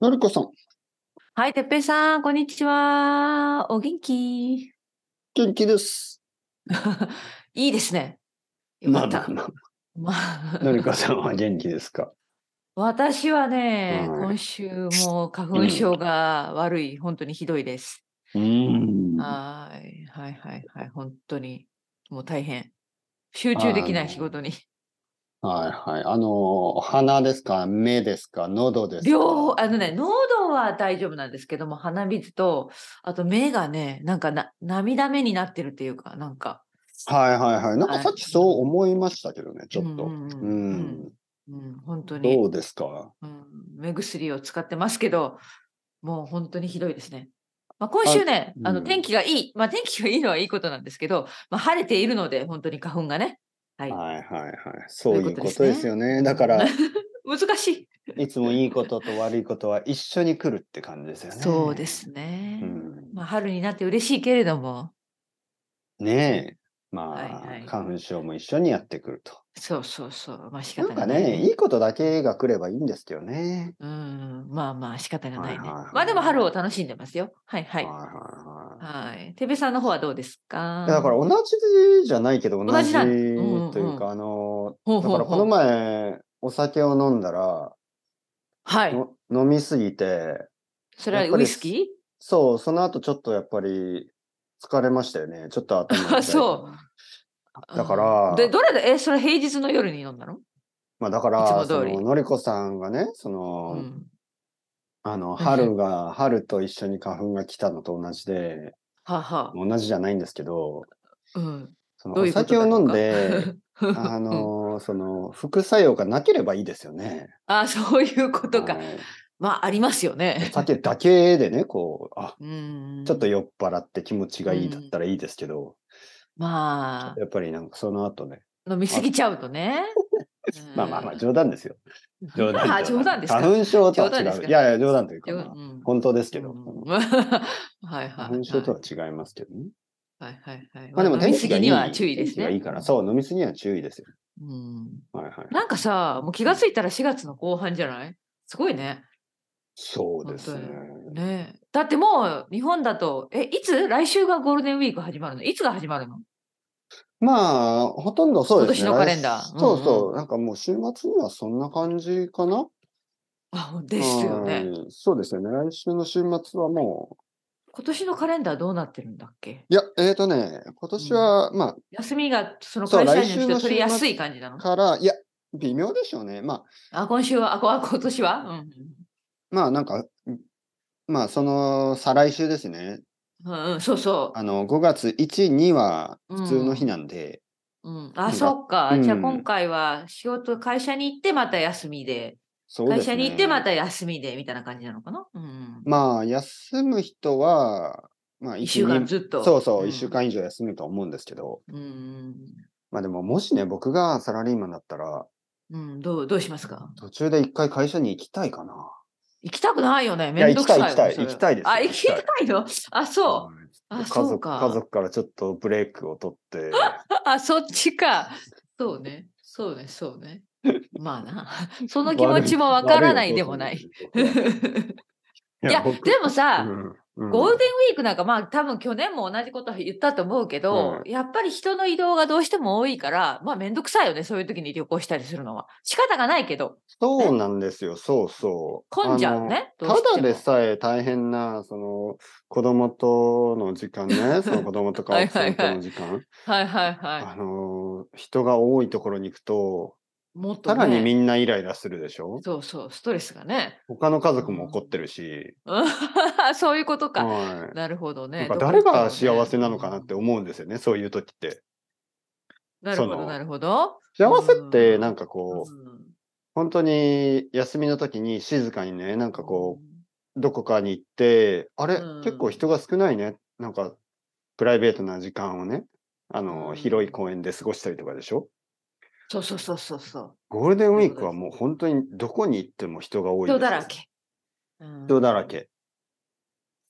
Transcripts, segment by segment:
のりこさん、はい、てっぺいさん、こんにちは。お元気。元気です。いいですね。よかっまあた。まあままあのりこあ、さんは元気ですか。 私はね、はい今週も花粉症が悪い、本当にひどいです。うーん。はい、はい、はい、はい、本当に、もう大変。集中できなあいの仕事に。はいはい。あの、鼻ですか、目ですか、喉ですか。両方、あのね、喉は大丈夫なんですけども、鼻水と、あと目がね、なんかな涙目になってるっていうか、なんか。はいはいはい。なんはかいさっきそう思いましたけどね、ちょっと。ううんうんうんん。うん、本当に。どうですか。うん、目薬を使ってますけど、もう本当にひどいですね。まあ、今週ね、あ,、うのん天気がいい、まあ、天気がいいのはいいことなんですけど、まあ、晴れているので、本当に花粉がね、はい、はいはいはい。そういうこそとういうことでですねすよね。だ から、難しい。いつもいいことと悪いことは一緒に来るって感じですよね。そうで。すね。うん、まあ、春になって嬉しいけれども、ねえ。まあ、はいはい花粉症も一緒にやってくると。そうそうそう、まあ仕な方んかがない、ね、いいことだけが来ればいいんですけどね。うん、まあまあ仕方がないね。はいはいはいまあでも春を楽しんでますよ。はいは。はいはいははいい。てべさんの方はどうですかいやだから同じじゃないけど同同じじとないのうんうか、あのほだうほかうらほこうの前お酒を飲んだら、はい。の飲みすぎてそれはやっぱウりイスキそうその後ちょっとやっぱり疲れましたよねちょっと頭痛い そーうだからで、どれで、え、それ平日の夜に飲んだのまあだかいつらもそ通りののりこさんがねその、うん。あのうん春が春と一緒に花粉が来たのと同じではあ、は同じじゃないんですけどあ、うん。そのどうおいうこと酒を飲んで だとかあのその副作用がなければいいですよね。あそういうことか。はいまあ、ありますよね。 酒だけでね、こう、あ、うん。ちょっと酔っ払って気持ちがいいだったらいいですけど、まやっぱりなんかその後ね、あ、飲みすぎちゃうとね。 まあまあまあうん冗談ですよ。冗談。 あ冗談ですか花粉症とは冗談違でう。すかいやいや、冗談というか、まあうん本当ですけど、うん はいはい花粉症とはは違いますけどね。い。はいはいはい。まあでも飲み天す気がぎいいには注意で天す気ね。がいいから、そう、飲みすぎには注意ですよ。うん。はいはい。なんかさ、もう気がついたら4月の後半じゃないすごいね。そうですね。ねえだってもう日本だと、え、いつ来週がゴールデンウィーク始まるのいつが始まるのまあ、ほとんどそうですね。今年のカレンダー来そううんそうう。んなんかもう週末にはそんな感じかな。あですよね。はい。そうですよね。来週の週末はもう、今年のカレンダーどうなってるんだっけいや、えーとね、今年は、ま休みがそのそう会社員の来週の週末人取りやすい感じなのあ、から、いや、微妙でしょうね。まあ、あ、今週は、あ、こあ今年は、うんまあ、なんか、まあ、その、再来週ですね。うん、うん、そうそあの、5月1、2は普通の日うんなんで、う。うん、なんあ、かそっか。うんじゃあ今回は仕事、会社に行ってまた休みで、そうですね。会社に行ってまた休みでみたいな感じなのかな、うん、まあ、休む人は、まあ、一一週間二ずっと。そうそう、ん1週。間以上休むと思うんですけど、うん、まあでも、もしね、僕がサラリーマンだったら、うん、どう、どうしますか途中で一回会社に行きたいかな。行きたくないよね。いやめんどくさいわ行きたいそれ行きたい行きたあ、い行ですきよたいのあ、そはう。いあ家そう族か家族からちょっとブレイクを取って、 あ、そっちか。そうね。そうね、そうね。ま あな。その気持ち もわからないでも ない。悪いお父さんです。僕はいや、でもさ、ゴールデデンウィークなんかまあ多分去年も同じこと言ったと思うけど、うやっぱり人の移動がどうしても多いから、まあめんどくさいよね、そういう時に旅行したりするのは。仕方がないけど、そうなんですよ、そうそう。混んじゃうね。あどの。うしてもただでさえ大変な、その、子供との時間 ね、その子供とかはい奥はいはさいんとの時間、はいはいはあのー、人が多いところに行くと、い。もっと、さね、らにみんなイライラするでしょそうそう、ストレスがね。他の家族も怒ってるし、うん そういうことか。はい。なるほどなねん。か誰どこが行ってもね幸せなのかなって思うんですよね、そういう時って。なるほそのど、なるほど。幸せってうんなんかこう、うん本当に休みの時に静かにね、なんかこう、どこかに行って、あれ、うん結構人が少ないね。なんか、プライベートな時間をね、あの、うん広い公園で過ごしたりとかでしょそうそうそうそうそう。ゴールデンウィークはもう本当にどこに行っても人が多いです人だら。け。うん人だらけ。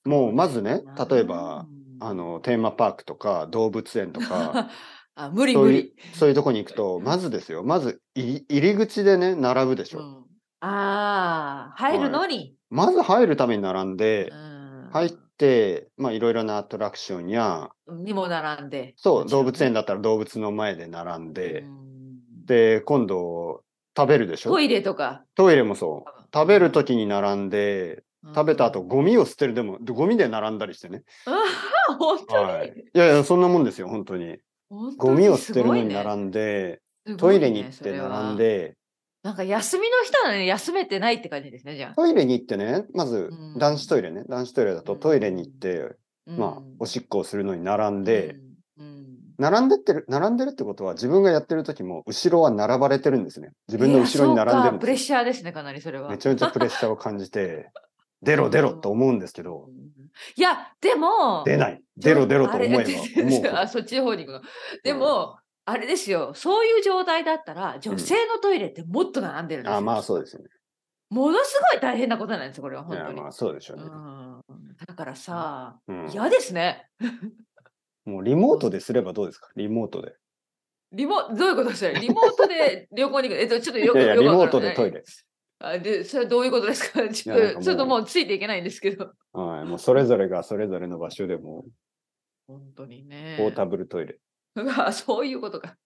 もうまずね、例え、うば、んあ、の、テーマパークとか動物園と か、あ無理そう無いう理。、そういうとこに行くと、まずですよ、まず入り入り口でね、並ぶでしうょ。んああ、入るのに。まず入るために並んでう、ん入って、まあいろいろなアトラクションや、にも並んで。そもう、ちろん動ね物園だったら動物の前で並んでう、んで、今度、食べるでしょトイレとか。トイレもそう。食べるき時に並んで、食べた後、ゴミを捨てるでも、ゴミで並んだりしてね。あ 本当に、はい。いやいや、そんなもんですよ、本当に。ゴミを捨てるのに並んんで、でトイレに行って並ん。すごいねで、それはなんか休みの人なのに休めてないって感じですね、じゃあ。トイレに行ってね、まずうん男子トイレね、男子トイレだうとんトイレに行って、まあうん、おしっこをするのに並んで、、うんうん並んでってる、並んでるってことは自分がやってる時も後ろは並ばれてるんですね。自分の後ろに並んでえーそうるかんプレでッすシャーですね、かなりそれは。よ。めちゃめちゃプレッシャーを感じて、 出ろ出ろと思うんですけど、いや、でも、出ない。出ろ出ろとあ思れえば思うほ あ、ど。そっちの方に行くの。でも、あれですよ、そういう状態だったら、女性のトイレってもっと並んでるんですよ。あまあそうですよね。ものすごい大変なことなんですよ、これは、い本や当にま。あそうでしょうね。うんだからさ、うん嫌ですね。もうリモートですればどうですかリモートで。リモどういうことそれリモートで旅行に行く。えっと、ちょっとよくいやいや、よくリわモーかトらなでいトイレ。あで、それはどういうことですか ちょいやなんかもうっとちょっともうついていけないんですけど。はい、もうそれぞれがそれぞれの場所でも本当に ね。ポータブルトイレ。あそういうことか。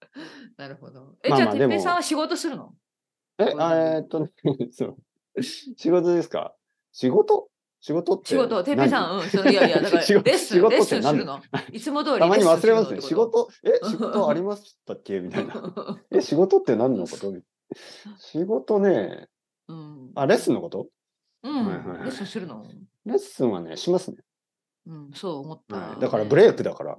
なるほど。え、まあじゃまあ、あてっでぺいもさんは仕事するのえ、こんなあのえーっとね、 そう。仕事ですか仕事仕事って仕事、てっぺいさ何ん、うん、そう いやいや、だから、仕事レッス仕ン、事レッっスてンす何るの。いつも通り。たまにレッスン忘すれるますね。仕事、え、仕事ありましたっけみたいの な。ってことえ、仕事って何のこと 仕事ね、うん。あ、レッスンのことうんはいはいはいレッスンするのレッスンはね、しますね。うん、そう思った、はい、だからブレイクだから、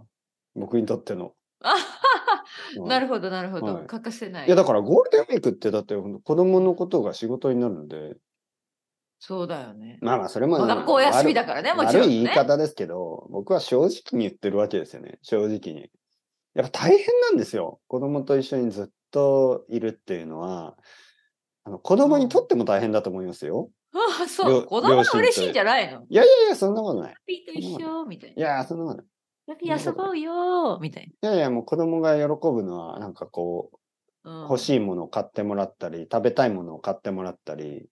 僕にとって の。あはははいなるほど、なるほど、はい欠かせない。いや、だからゴールデンウィークってだってほんと子供のことが仕事になるんで、そうだよね。まあまあそれも、まあ、学校休みだからね、もちろん、悪ね。い言い方ですけど、僕は正直に言ってるわけですよね。正直に。やっぱ大変なんですよ。子供と一緒にずっといるっていうのは、あの子供にとっても大変だと思いますよ。ああ、そう、両子供両が親と嬉しいんじゃないのいやいやいや、そんなことない。パピーと一緒みたいいな。や、そんなことない。パピー遊ぼうよみたいいやいや、もう子供が喜ぶのは、なんかこう、な。欲い。しいものを買ってもらったり、食べたいものを買ってもらったり。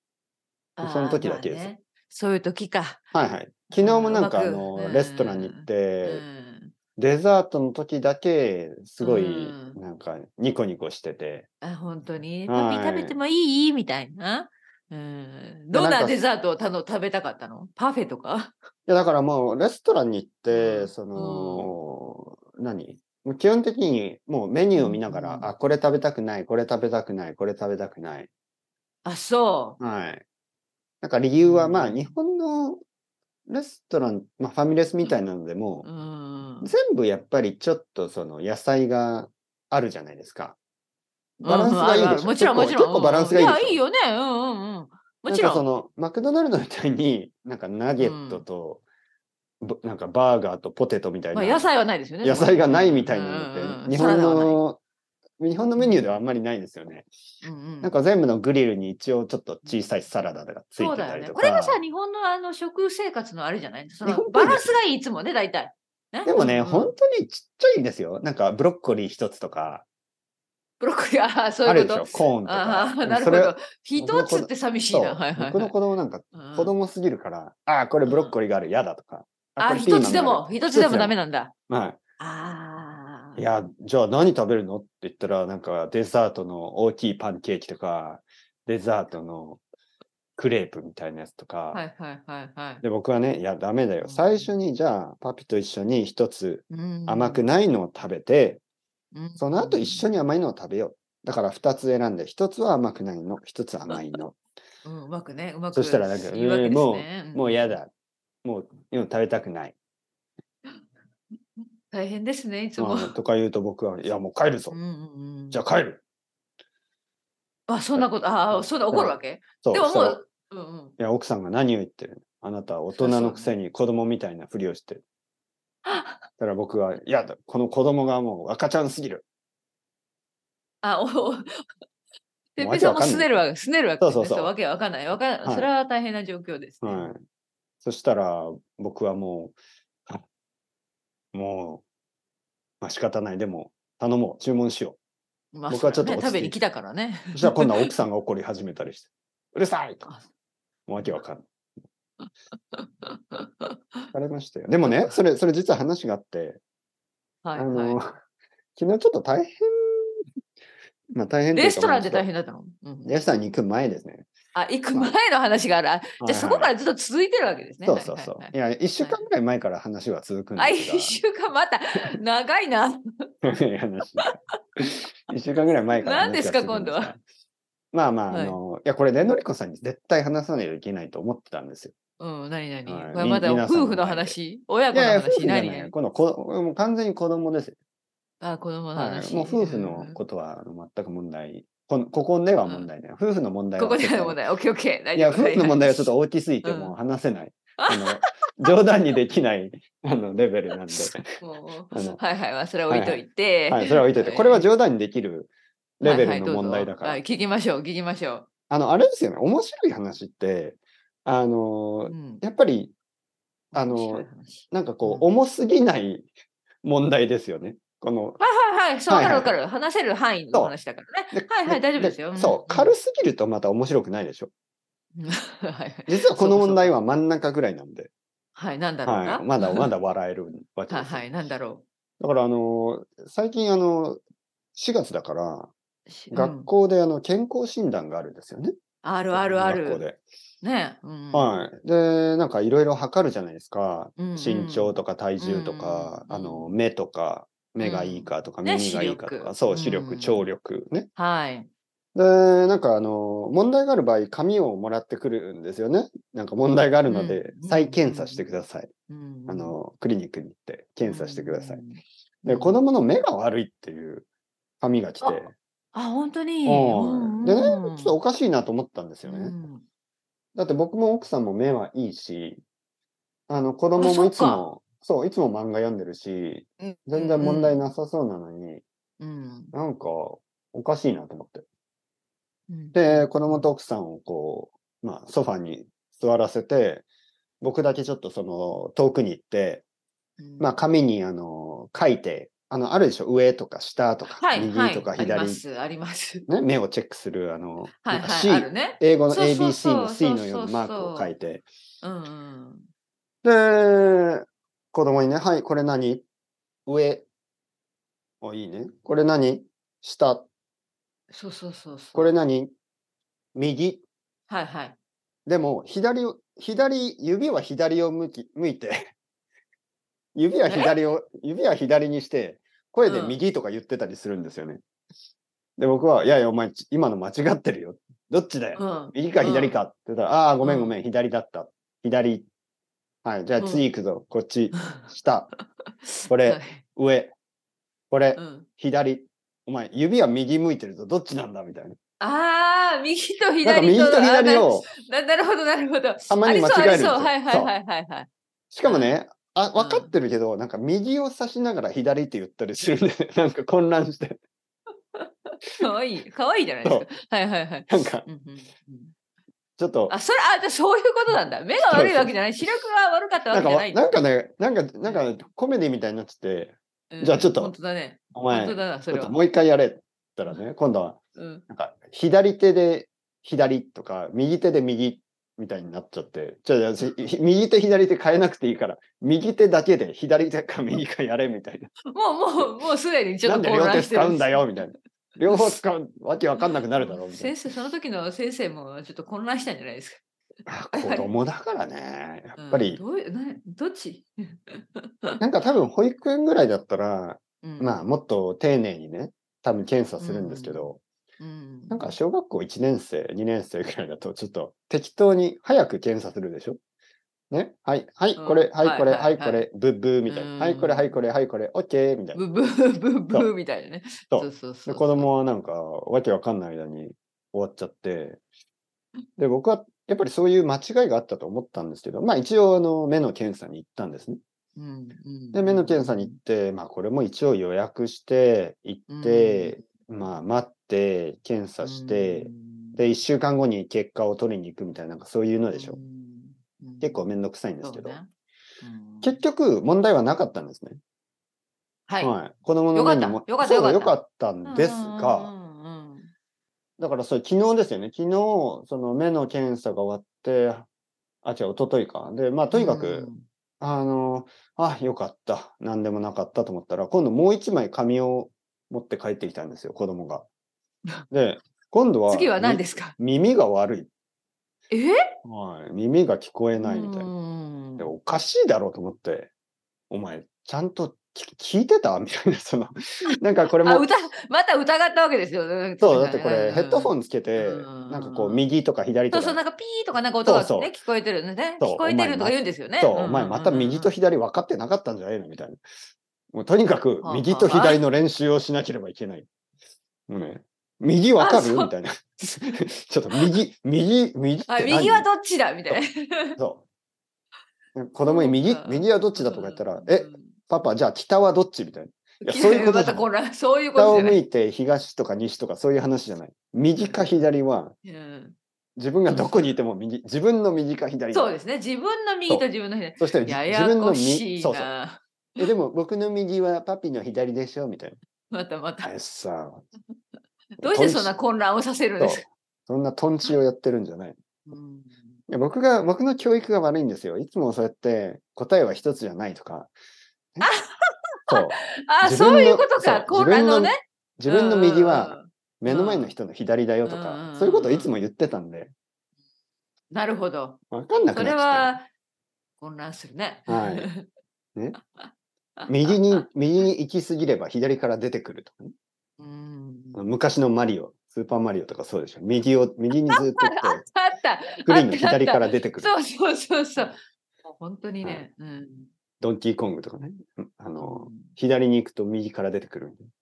あーその時だけですまあねそういう時か。はいはい。昨日もなんか、あうんうまの、くレストランに行って、うんデザートの時だけ、すごい、うんなんか、ニコニコしてて。あ本当に。パはいピー食べてもいいみたいな。うん、どんなんなかデザートをたの食べたかったのパフェとかいや、だからもう、レストランに行って、うんその、何もう基本的に、もうメニューを見ながら、うんあ、これ食べたくない、これ食べたくない、これ食べたくない。あ、そう。はい。なんか理由は、まあ、うん日本のレストラン、まあ、ファミレスみたいなのでも、うん。全部やっぱりちょっとその野菜があるじゃないですか。バランスうんうんがいいでしょあるあるもちろん、も結構ちろ結ん。構バランスがいいでしょうんいや、いいよね。うんうんうん。もちなんろかん。その、マクドナルドみたいに、なんかナゲットと、ぼなんかバーガーとポテトみたいまな。あ、野菜はないですよね。野菜がないみたいなうんうんのっうんて、日本サラダはないの、日本のメニューではあんまりないですよね。うんうんなんか全部のグリルに一応ちょっと小さいサラダがついそうてだたよりね。とこか。れがさ、日本のあの食生活のあれじゃないそ日本のっぽいバねランスがいい、いつもね、大体。ねでもね、うんうん本当にちっちゃいんですよ。なんかブロッコリー一つとか、ブロッコリー、ああ、そうあいるうでしこょ、と。コーンとあか。あ、なるそほれど。一つって寂しいそう な。はいはいはい。僕の子供なんかうん子供すぎるから、ああ、これブロッコリーがある、やだとか。こあ、れピーマ一ンつでも、がある一つでもダメ一なんだ。つでもはああ。い。いや、じゃあ何食べるのって言ったら、なんかデザートの大きいパンケーキとか、デザートのクレープみたいなやつとか。はいはいはいはい。で、僕はね、いや、ダメだうよ。ん最初に、じゃあ、パピと一緒に一つうん甘く、ないのを食べて、うんその後一緒に甘いのを食べよう。だから2つ選んで、1つは甘くないの、1つ甘いの。うん、うまくね、うまく。そしたらなんか、言い訳うでんすもねう、もう嫌。だ。もう、うん食べたくない。ん大変ですね、いつも。うんとか言うと僕は、いや、もう帰るぞう。んうんうんじゃあ帰る。あ、そんなこと、ああ、そんな怒るわけそうでもそもしたらう、うんうん。いや、奥さんが何を言ってるのあなたは大人のくせに子供みたいなふりをして。だから僕は、いやだ、この子供がもう赤ちゃんすぎる。あ、お、 お、てもっうぺわいけさわんもかんないすねるわけ、すねるわけですね、そうそうそうわけわかんない。わかんはいそれは大変な状況ですね。はい。そしたら、僕はもう、あもう、まあ仕方ない。でも、頼もう。注文しよまあ、僕はちょっとそれね落ち着い食べに来たからね う。。そしたら今度は奥さんが怒り始めたりして。うるさいとかあ。もうわけわかんない。疲れましたよ。でもね、それ、それ実は話があって、はいあはいの、 昨日ちょっと大変、 まあ大変というかレストランで大。変だったの、うんレストランに行く前ですね。あ、行く前の話がある。あじゃあそこかららずっと続いてるわけですね。そうそうそうはい。いや、一週間ぐらい前から話は続くんはいはいあ、ですが一。週間また長いな。長い話が 一週間ぐらい前から話が何ですか続くん今度はが。まあまあ、はいあの、いや、これ、ねのりこさんに絶対話さないといけないと思ってたんですよ。うん、何何、はいこれみまだ皆さんの夫婦の前で話、親い子のやいや、夫婦話、じゃな何い。何この子、もう完全に子供ですよ。あ、子供のは話。い、もう夫婦のうんことはあの全く問題。このここでは問題だよ。夫婦の問題はここでちょっのと問題。オッケーオッケー。大い丈や、夫夫婦の問題はちょっ。と大きすぎてうんもう話せ ない。あの冗談にできない あのレベル なんで。もうあのはいはい、まあ、それは置いといて。はい、それは置いといて。これは冗談にできるレベはルのいはいどうぞ問題だからはい、。聞きましょう、聞きましょあの、あれですよね。面白い話って、あのう。うんやっぱり、あ面白のい、話なんかこう、う重すぎない問題ですよね。この、はいはいはい、そう、わはいかはいるわかる。話せる範囲のそう話だからね。ではいはい大丈夫ですようんそう、軽すぎるとまた面白くないでしょ。 はいはい実はこのそうかそうか問題は真ん中ぐらいなんで、はい、なんだろうな。はい、まだ まだ笑えるわけはでいすよ。はい、なんだろだから、あのー最近、あのー4月だから、う。し学、うん校であの健康診断があるんですよね。あるあるあ学校る。で。ね。うんはい。で、なんかいろいろ測るじゃないですか。うんうん身長とか体重とか、うんうんあの、目とか、目がいいかとか、うんね耳がいいかとか、視力そう、視力、うん聴力ね。はい。で、なんかあの、問題がある場合、紙をもらってくるんですよね。なんか問題があるのでう、ん再検査してください。うんあ、の、クリニックに行って検査してください。うん。で、子供の目が悪いっていう紙が来て、ああ、本当に。はいでね、ちうんょっとおかしいなと思ったんですようね。んだって僕も奥さんも目はいいし、あの子供あそもっいかつも、そう、いつも漫画読んでるし、全然問題なさそうなのに、うんなんかおかしいなと思って。うんで、子供と奥さんをこう、まあソファに座らせて、僕だけちょっとその遠くに行って、うんまあ紙にあの書いて、あのあるでしょ、上とか下とか、はい、右はいとかあり左、ます、あります。ね、目をチェックする、あの、は、ないんかはい、 C あるね。英語のそうそう ABC そうの C のようそうそうそなうマークを書いて、うんうん。で、子供にね、はい、これ何上。お、いいね。これ何下。そうそうそうそう。これ何右。はいはい。でも、左を、左、指は左を向き、向いて、指は左を、指は左にして、声でうん右とか言ってたりするんですよね。で、僕は、いやいや、お前、ち今の間違ってるよ。どっちだよ。うん。右か左かって言ったら、ああー、ごめんごめん、左だった。左。はい、じゃあうん次行くぞ。こっち、下、 これはい上。これう、ん左。お前、指は右向いてるぞ。どっちなんだみたいな。ああ、右と左と。なんか右と左を、な。なるほど、なるほど。たまに間違えるんですよありそうありそうはいはいそうはいはいはい。しかもね、あ、ん分かってるけど、なんか右を指しながら左って言ったりするんで、 なんか混乱して、かわいい、かわいいじゃないですか。はいはいはい。なんかうんうんうんちょっと、あ、それ、あ、じゃあそういうことなんだ。目が悪いわけじゃない。視力が悪かったわなけんかじゃなわ、い。なんかね、なんか、なんかコメディみたいになってて、うんじゃあちょっと本当だね。お本前、当ちだな、そょれっとは。もう一回やれって言ったらね、今度は、うんなんか左手で左とか、右手で右みたいになっちゃって、じゃあ、じゃあひ右手左手変えなくていいから、右手だけで左手か右かやれみたいな。もう、もう、もうすでにちょなっんとで混両手乱してる。使うんだよみたいな。両方使うわけわかんなくなるだろうみたい先生、その時の先生もちょっと混乱したんじゃないですか。な。生子供だからね。やうんっぱり、どういう、などっち、なんか多分保育園ぐらいだったら、うんまあもっと丁寧にね、多分検査するんですけど、うんなんか小学校1年生、2年生ぐらいだとちょっと適当に早く検査するでしょねはい、はい、うんこれ、ははいい、これ、はいはい、はこいれ、ブッブーみたいな。はい、これ、うんはい、これ、はい、これ、オッケーみたいな。ブブー ブーブそーみたいなね。そうそうそうそでう。子供はなんか、わけわかんない間に終わっちゃって、で、僕はやっぱりそういう間違いがあったと思ったんですけど、まあ一応、あの、目の検査に行ったんですね。うんうんで、目の検査に行って、まあこれも一応予約して、行って、まあ待って、検査して、、で、1週間後に結果を取りに行くみたいな、なんかそういうのでしょ。結構めんどくさいんんですけど。結結局、問題はなかったんですね。はい。はい。子供の目によかもったよかったそうよよかかっったんですが、うんうんうんうんだからそれ昨日ですよね。昨日、その目の検査が終わって、あ、違う、一昨日か。で、まあ、とにかく、あの、あ、よかった。何でもなかったと思ったら、今度もう一枚紙を持って帰ってきたんですよ、子供 が。で、今度うん、は、次は何みですか耳が悪い。えはい、耳が聞こえないみたいな。うんで、おかしいだろうと思って、お前、ちゃんと聞聞いてた みたいな、その、なんかこれあも、歌また疑ったわけですよ。んそう、だってこれ、ヘッドンフォンつけて、うんなんかこう、右とか左そとうそう、なか、んかピーとかなんか音がねそうそう聞こえてるんでね。そう聞こえてるとか言うんですよね。そう、んんんおん前、また右と左分かってなかったんじゃないのみたいな。もうとにかく、右と左の練習をしなければいけない。もうね、右分かあそるうみたいな。 ちょっと右、右、右ってあ何右はどっちだみたいな。そう。子供に右そうか、右はどっちだとか言ったら、えう、んパパ、じゃあ北はどっちみたいな。いやいやそういうことまじゃたないこらそういうこ北とじをゃな向い。いて東とか西とかそういう話じゃない。右か左は、うん自分がどこにいても右、自分の右か左。そうですね。自分の右と自分の左。そして、や自や分のこ右、しいそうそう。な。えでも、僕の右はパピの左でしょみたいな。またま たえ。さどうしてそんな混乱をさせるんそでうすか。そんなトンチをやってるんじゃない。うんいや僕が、僕の教育が悪いんですよ。いつもそうやって答えは一つじゃないとか。そう。あ自分のそういうことか。そう混乱のね。自分の右はうん。目の前の人の左だよとうんうんうんかう、んそういうことをいつも言ってたんで、なるほど。わかんなくなそっちれゃって。は混乱するね。は 右に、右に行き過ぎれば左から出てくるとかね、うん。昔のマリオ、スーパーマリオとかそうでしょ。右を、右にずっと行って、 あった。スクリーンの左から出てくる。そうそうそうそう。本当にね。うん。ドンキーコングとかね。うんあの、左に行くと右から出てくるみたいな。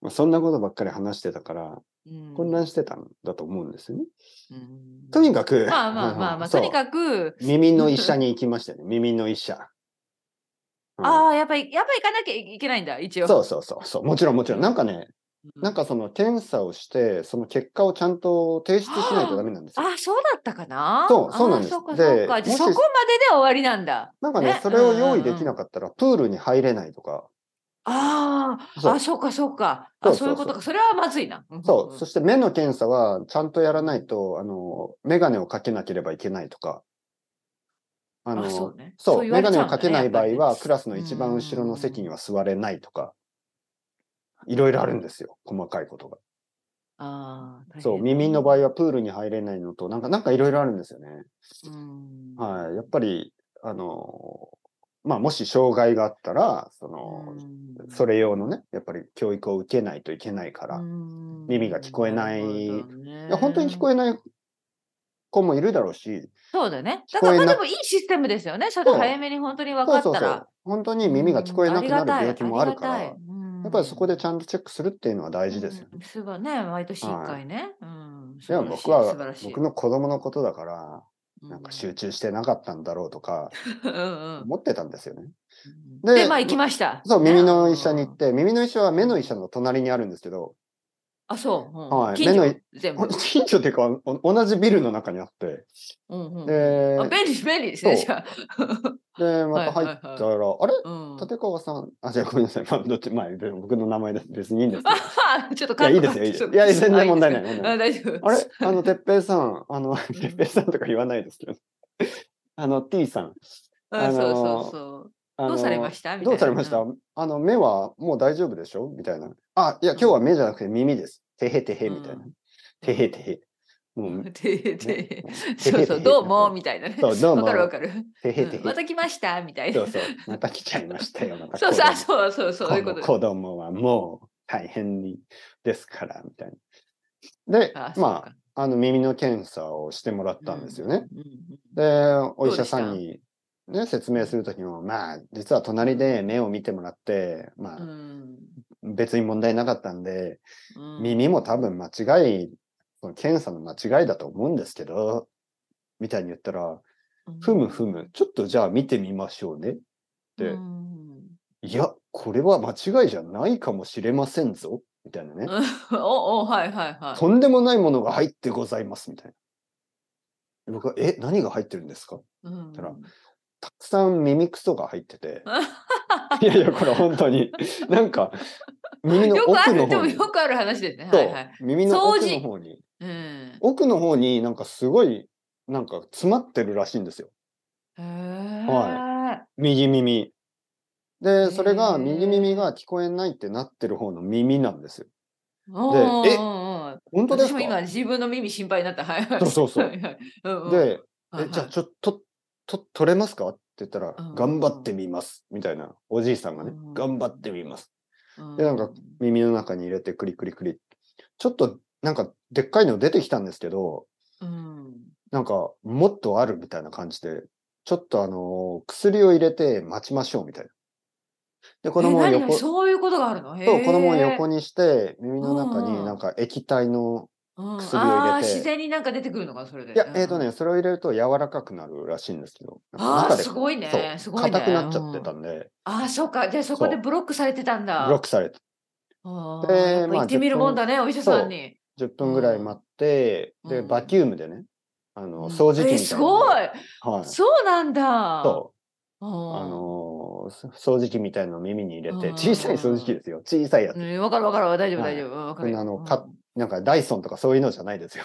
まあ、そんなことばっかり話してたから、うん混乱してたんだと思うんですよね。うんとにかく、まあまあまあま あ、そとうにかく、耳の医者に行きましたよね。耳の医者。うんああ、やっぱり、やっぱり行かなきゃいけないんだ、一応。そうそうそうそう。もちろんもちろん。なんかね、うんなんかその検査をして、その結果をちゃんと提出しないとダメなんですよ。あそうだったかなそうそうなんですあそうかでそうか。じゃあもしそこまでで終わりなんだ。なんかねね、それを用意できなかったら、プールに入れないとか、あーそうあ、そうかそうか。そうあそうそういうことか。それはまずいな。んそう、んそして目の検査はちゃんとやらないと、あの、メガネをかけなければいけないとか、あの、あそそうう、ね。言わメれガちネゃをうんだねかけない場合やっは、クラスの一番後ろの席には座れないとか、いろいろあるんですよ、細かいことが。ぱりねあー大変そう、耳の場合はプールに入れないのと、なんか、なんかいろいろあるんですよね。うんはい、やっぱり、あの、まあ、もし障害があったら、その、うんそれ用のね、やっぱり教育を受けないといけないから、耳耳が聞こえないいや本当に聞えこえない子もいるだろうし、そうだね。聞だこかえらなまあでもいいシステムですよね。それそう早めに本当に分そかうそっうたそらう。、本当に耳が聞こえなくなる病気もあるから、ややっぱりそこでちゃんとチェックするっていうのは大事ですよね。うん、すごいね、毎年一はい回ね。うん、でも素僕晴らしい素晴はらしい僕の子供のことだから、なんか集中してなかったんだろうとかうんうんうん思ってたんですよね。ででまあ行きました。そう、ね耳の医者に行っ。うんて、耳の医者は目の医者の隣にあるんですけど、あ、そう。うんはい近所目の全部ほん。近所っていうかお同じビルの中にあって、うんうんであ便利便利ですね、そうじゃあ。で、また入ったら、はいはあれうん立川さん、あ、じゃあごめんなさい、まあ、どっち、まあ、でも僕の名前で別にいいんですけど。あちょっと。いや、いいですよ、いいですよ。いや、全然問題ないい。問題ないあ大丈 夫。あれあの、哲平さん、あの、ん哲平さんとか言わないですけど、あの、T さん。あうんそうのそうそう。あのどうされましたみたいどなうされましたあの、目はもう大丈夫でしょみたいな。あ、いや、今日は目じゃなくて耳です。てへてへ、みたいなう。てへてへ。 もう、てて てそうそう、どうも、みたいなね。そうどうもわかるわかる。てへてうんまへ。た来ました、みたいそなう。そう。また来ちゃいましたよ。またそうそう、あそうそう、子そういう供ことのこです子供はもう大変にですから、みたいな。で、あまあ、あの、耳の検査をしてもらったんですよね。。そうかで、お医者さんに、ね、説明するときも、まあ、実は隣で目を見てもらって、まうんうあ、ん別に問題なかったんで、うんうん耳も多分間違い、その検査の間違いだと思うんですけど、みたいに言ったら、ふむふむ、ちょっとじゃあ見てみましょうね。てうんいや、これは間違いじゃないかもしれませんぞ、みたいなね。おおはいはいはい。とんでもないものが入ってございます、みたいな。僕は、え、何が入ってるんですかうんたらた くさん耳くそが入ってて。いやいや、これ本当に。なんか、耳のよくあ奥のる、で方もに。よくある話ですね。はそいうはい。耳の奥掃除の方に。うん。奥の方になんかすごい、なんか詰まってるらしいんですよ。へー右耳。で、それへーが右耳が聞こえないってなってる方の耳なんですよ。おでえー本当で私すもか今自分の耳心配になった。はいはい。そうそうそうはいはいうんうんで、はいはえいじゃあちょっと、と、取れますかって言ったらうん、頑張ってみます。みたいな、おじいさんがねうん、頑張ってみます。うでなんか耳の中に入れて、クリクリクリ。ちょっと、なんか、でっかいの出てきたんですけど、うん。なんか、もっとあるみたいな感じで、ちょっとあのー薬を入れて待ちましょうみたいな。で、子供をえ何横、々そういうことがあるのへそうー子供を横にして、耳の中うんうにんなんか液体の、うん薬を入れてあー自然になんか出てくるのか、それで。いやう、んえっ、と。ね、それを入れると柔らかくなるらしいんですけど、なんあかあ、中すごいね。すそう、ごいね。硬くなっちゃってたうんんで、ああ、そうか。じゃあそこでブロックされてたんブだ。ロックされて、あでーやっぱまあ行ってみるもんだね、お医者さんに。 10分ぐらい待って、うんで、うんバキュームでね、あうんの、掃除機みたいな、えすごい、はい。そうなんだ。そう。うあん。のー掃除機みたいのを耳に入れて、うん小さい掃除機ですよ。小さいやつ。うんわかるわかるわ大丈夫はい大丈夫わかこんるなあのうんかなんかダイソンとかそういうのじゃないです よ。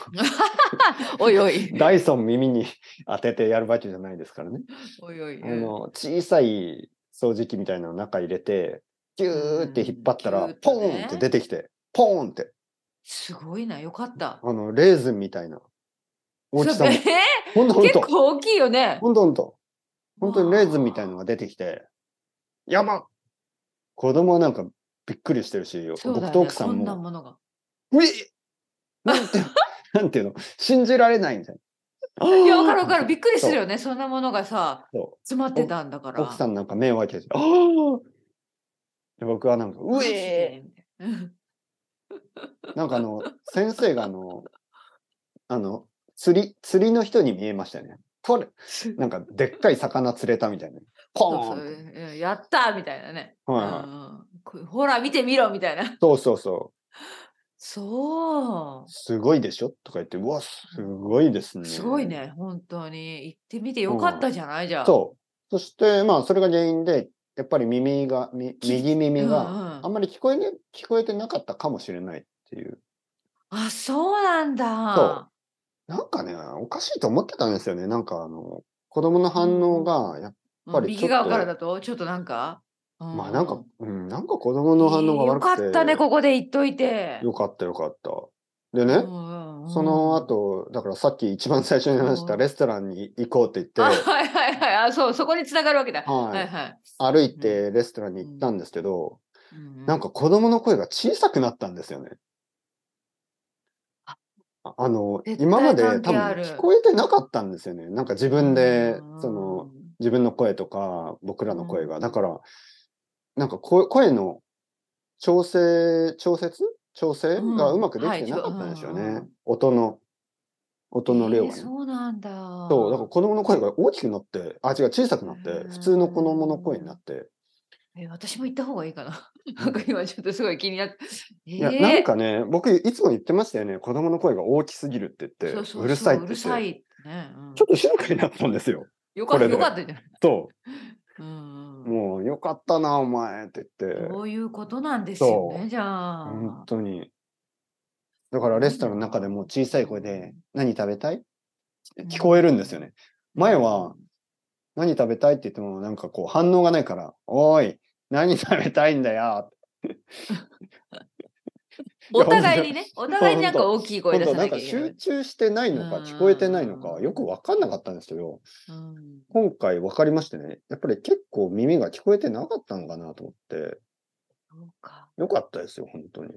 おいおい ダイソン耳に当ててやるわけじゃないですからね。おいおいあの小さい掃除機みたいなの中入れて、ギューって引っ張ったら、うんギューっポとねーンって出てきて、ポーンって、すごいなよかったあの、レーズンみたいな大きさえも。ほんとーほん結と、構大きいよねほんとほんと。本当にレーズンみたいのが出てきて、やばっ子供はなんかびっくりしてるし、そうだ僕よとね奥さこんんなも、ものがうえなん て、なんていうの信じられないみたいな。いやわかるわかる。るびっくりするよねそんなものがさそ詰まってたんだかう ら奥さんんなんか目を開けて、ああで僕はなんか、うえ ーなんかあの、先生があの、あの、釣り、釣りの人に見えましたよね。とれ、なんかでっかい魚釣れたみたいな。ポーンってやったーみたいなね、はいうんは。うんこうほら見てみろみたいないそうそうそそうう。すごいでしょとか言って、うわ、すごいですね。すごい。ね、本当に。行ってみてよかったじゃない、じゃあ。そう。そして、まあ、それが原因で、やっぱり耳が、み右耳が、うんうんあんまり聞こえね、聞こえてなかったかもしれないっていう。あ、そうなんだ。そなんかね、おかしいと思ってたんですよね。なんか、あの、子供の反応が、やっぱうんりちょ右っと側からだと、ちょっとなんか。まあなんかこ、うん、なんか子供の反応が悪くて。よかったね、ここで言っといて。よかったよかった。でね、その後後、だからさっき一番最初に話しうたんレストランに行こうって言あって、はいはいはい。あ、そう、そこにつながるわけだ。はいはいはい。歩いてレストランに行ったんですけど、ううなんか子供の声が小さくなったんですよね。あああの、絶対今まで関係多分ある聞こえてなかったんですよね。なんか自分で、その、、うん自分の声とか、僕らの声うが。んだから、なんか声声の調整、調節調整うんがうまくできてなかったんですよはいちょうねん。音の、音の量がえーね。そうなんだ。そう、だから子供の声が大きくなって、あ、違う、小さくなってう、ん普通の子供の声になって。えー私も行った方がいいかな。 なんか今ちょっとすごい気になって。いや、えーなんかね、僕、いつも言ってましたよね。子供の声が大きすぎるって言って、そうそうそうるさいっうてる言って。さいってね。うんちょっと静かになったんですよ。よかこった、れでよかったじゃない。そうう。んうんもう、よかったな、お前って言って。そういうことなんですよそね、じゃあ。本当に。だからレストランの中でも小さい声で何食べたいうん聞こえるんですよね。前は何食べたいって言ってもなんかこう反応がないから、おい、何食べたいんだよ。お互いにね、お互いになんか大きい声今出度さななんきかゃいけな集い。中してないのかうん聞こえてないのかよくわかんなかったんですけど、うん今回わかりましてね、やっぱり結構耳が聞こえてなかったのかなと思って、そうかよかったですよ、本当に。